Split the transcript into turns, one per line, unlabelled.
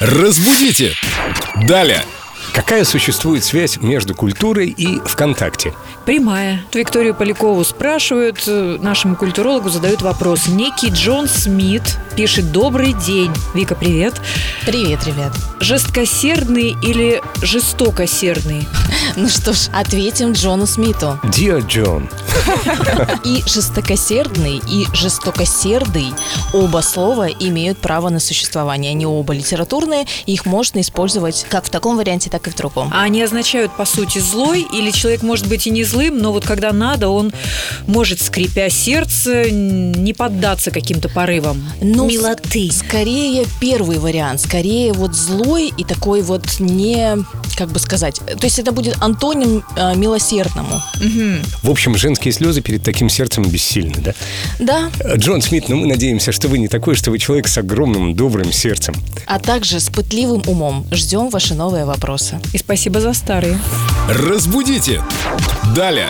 Разбудите! Далее!
Какая существует связь между культурой и ВКонтакте?
Прямая. Вот Викторию Полякову спрашивают, э, нашему культурологу задают вопрос. Некий Джон Смит пишет «Добрый день». Вика, привет.
Привет, ребят.
Жесткосердный или жестокосердный?
Ну что ж, ответим Джону Смиту.
Dear Джон.
И жестокосердный, и жестокосердый оба слова имеют право на существование. Они оба литературные, и их можно использовать как в таком варианте, так и в другом.
А они означают, по сути, злой или человек может быть и не злым, но вот когда надо, он может, скрипя сердце, не поддаться каким-то порывам.
Ну,
Милоты.
Скорее первый вариант, скорее вот злой и такой вот не, как бы сказать, то есть это будет антоним э, милосердному.
Мгм.
В общем, женские слезы перед таким сердцем бессильны, да?
Да,
Э, Джон Смит, ну мы надеемся, что вы не такой, что вы человек с огромным добрым сердцем.
а также с пытливым умом. Ждем ваши новые вопросы.
И спасибо за старые.
Разбудите! Далее!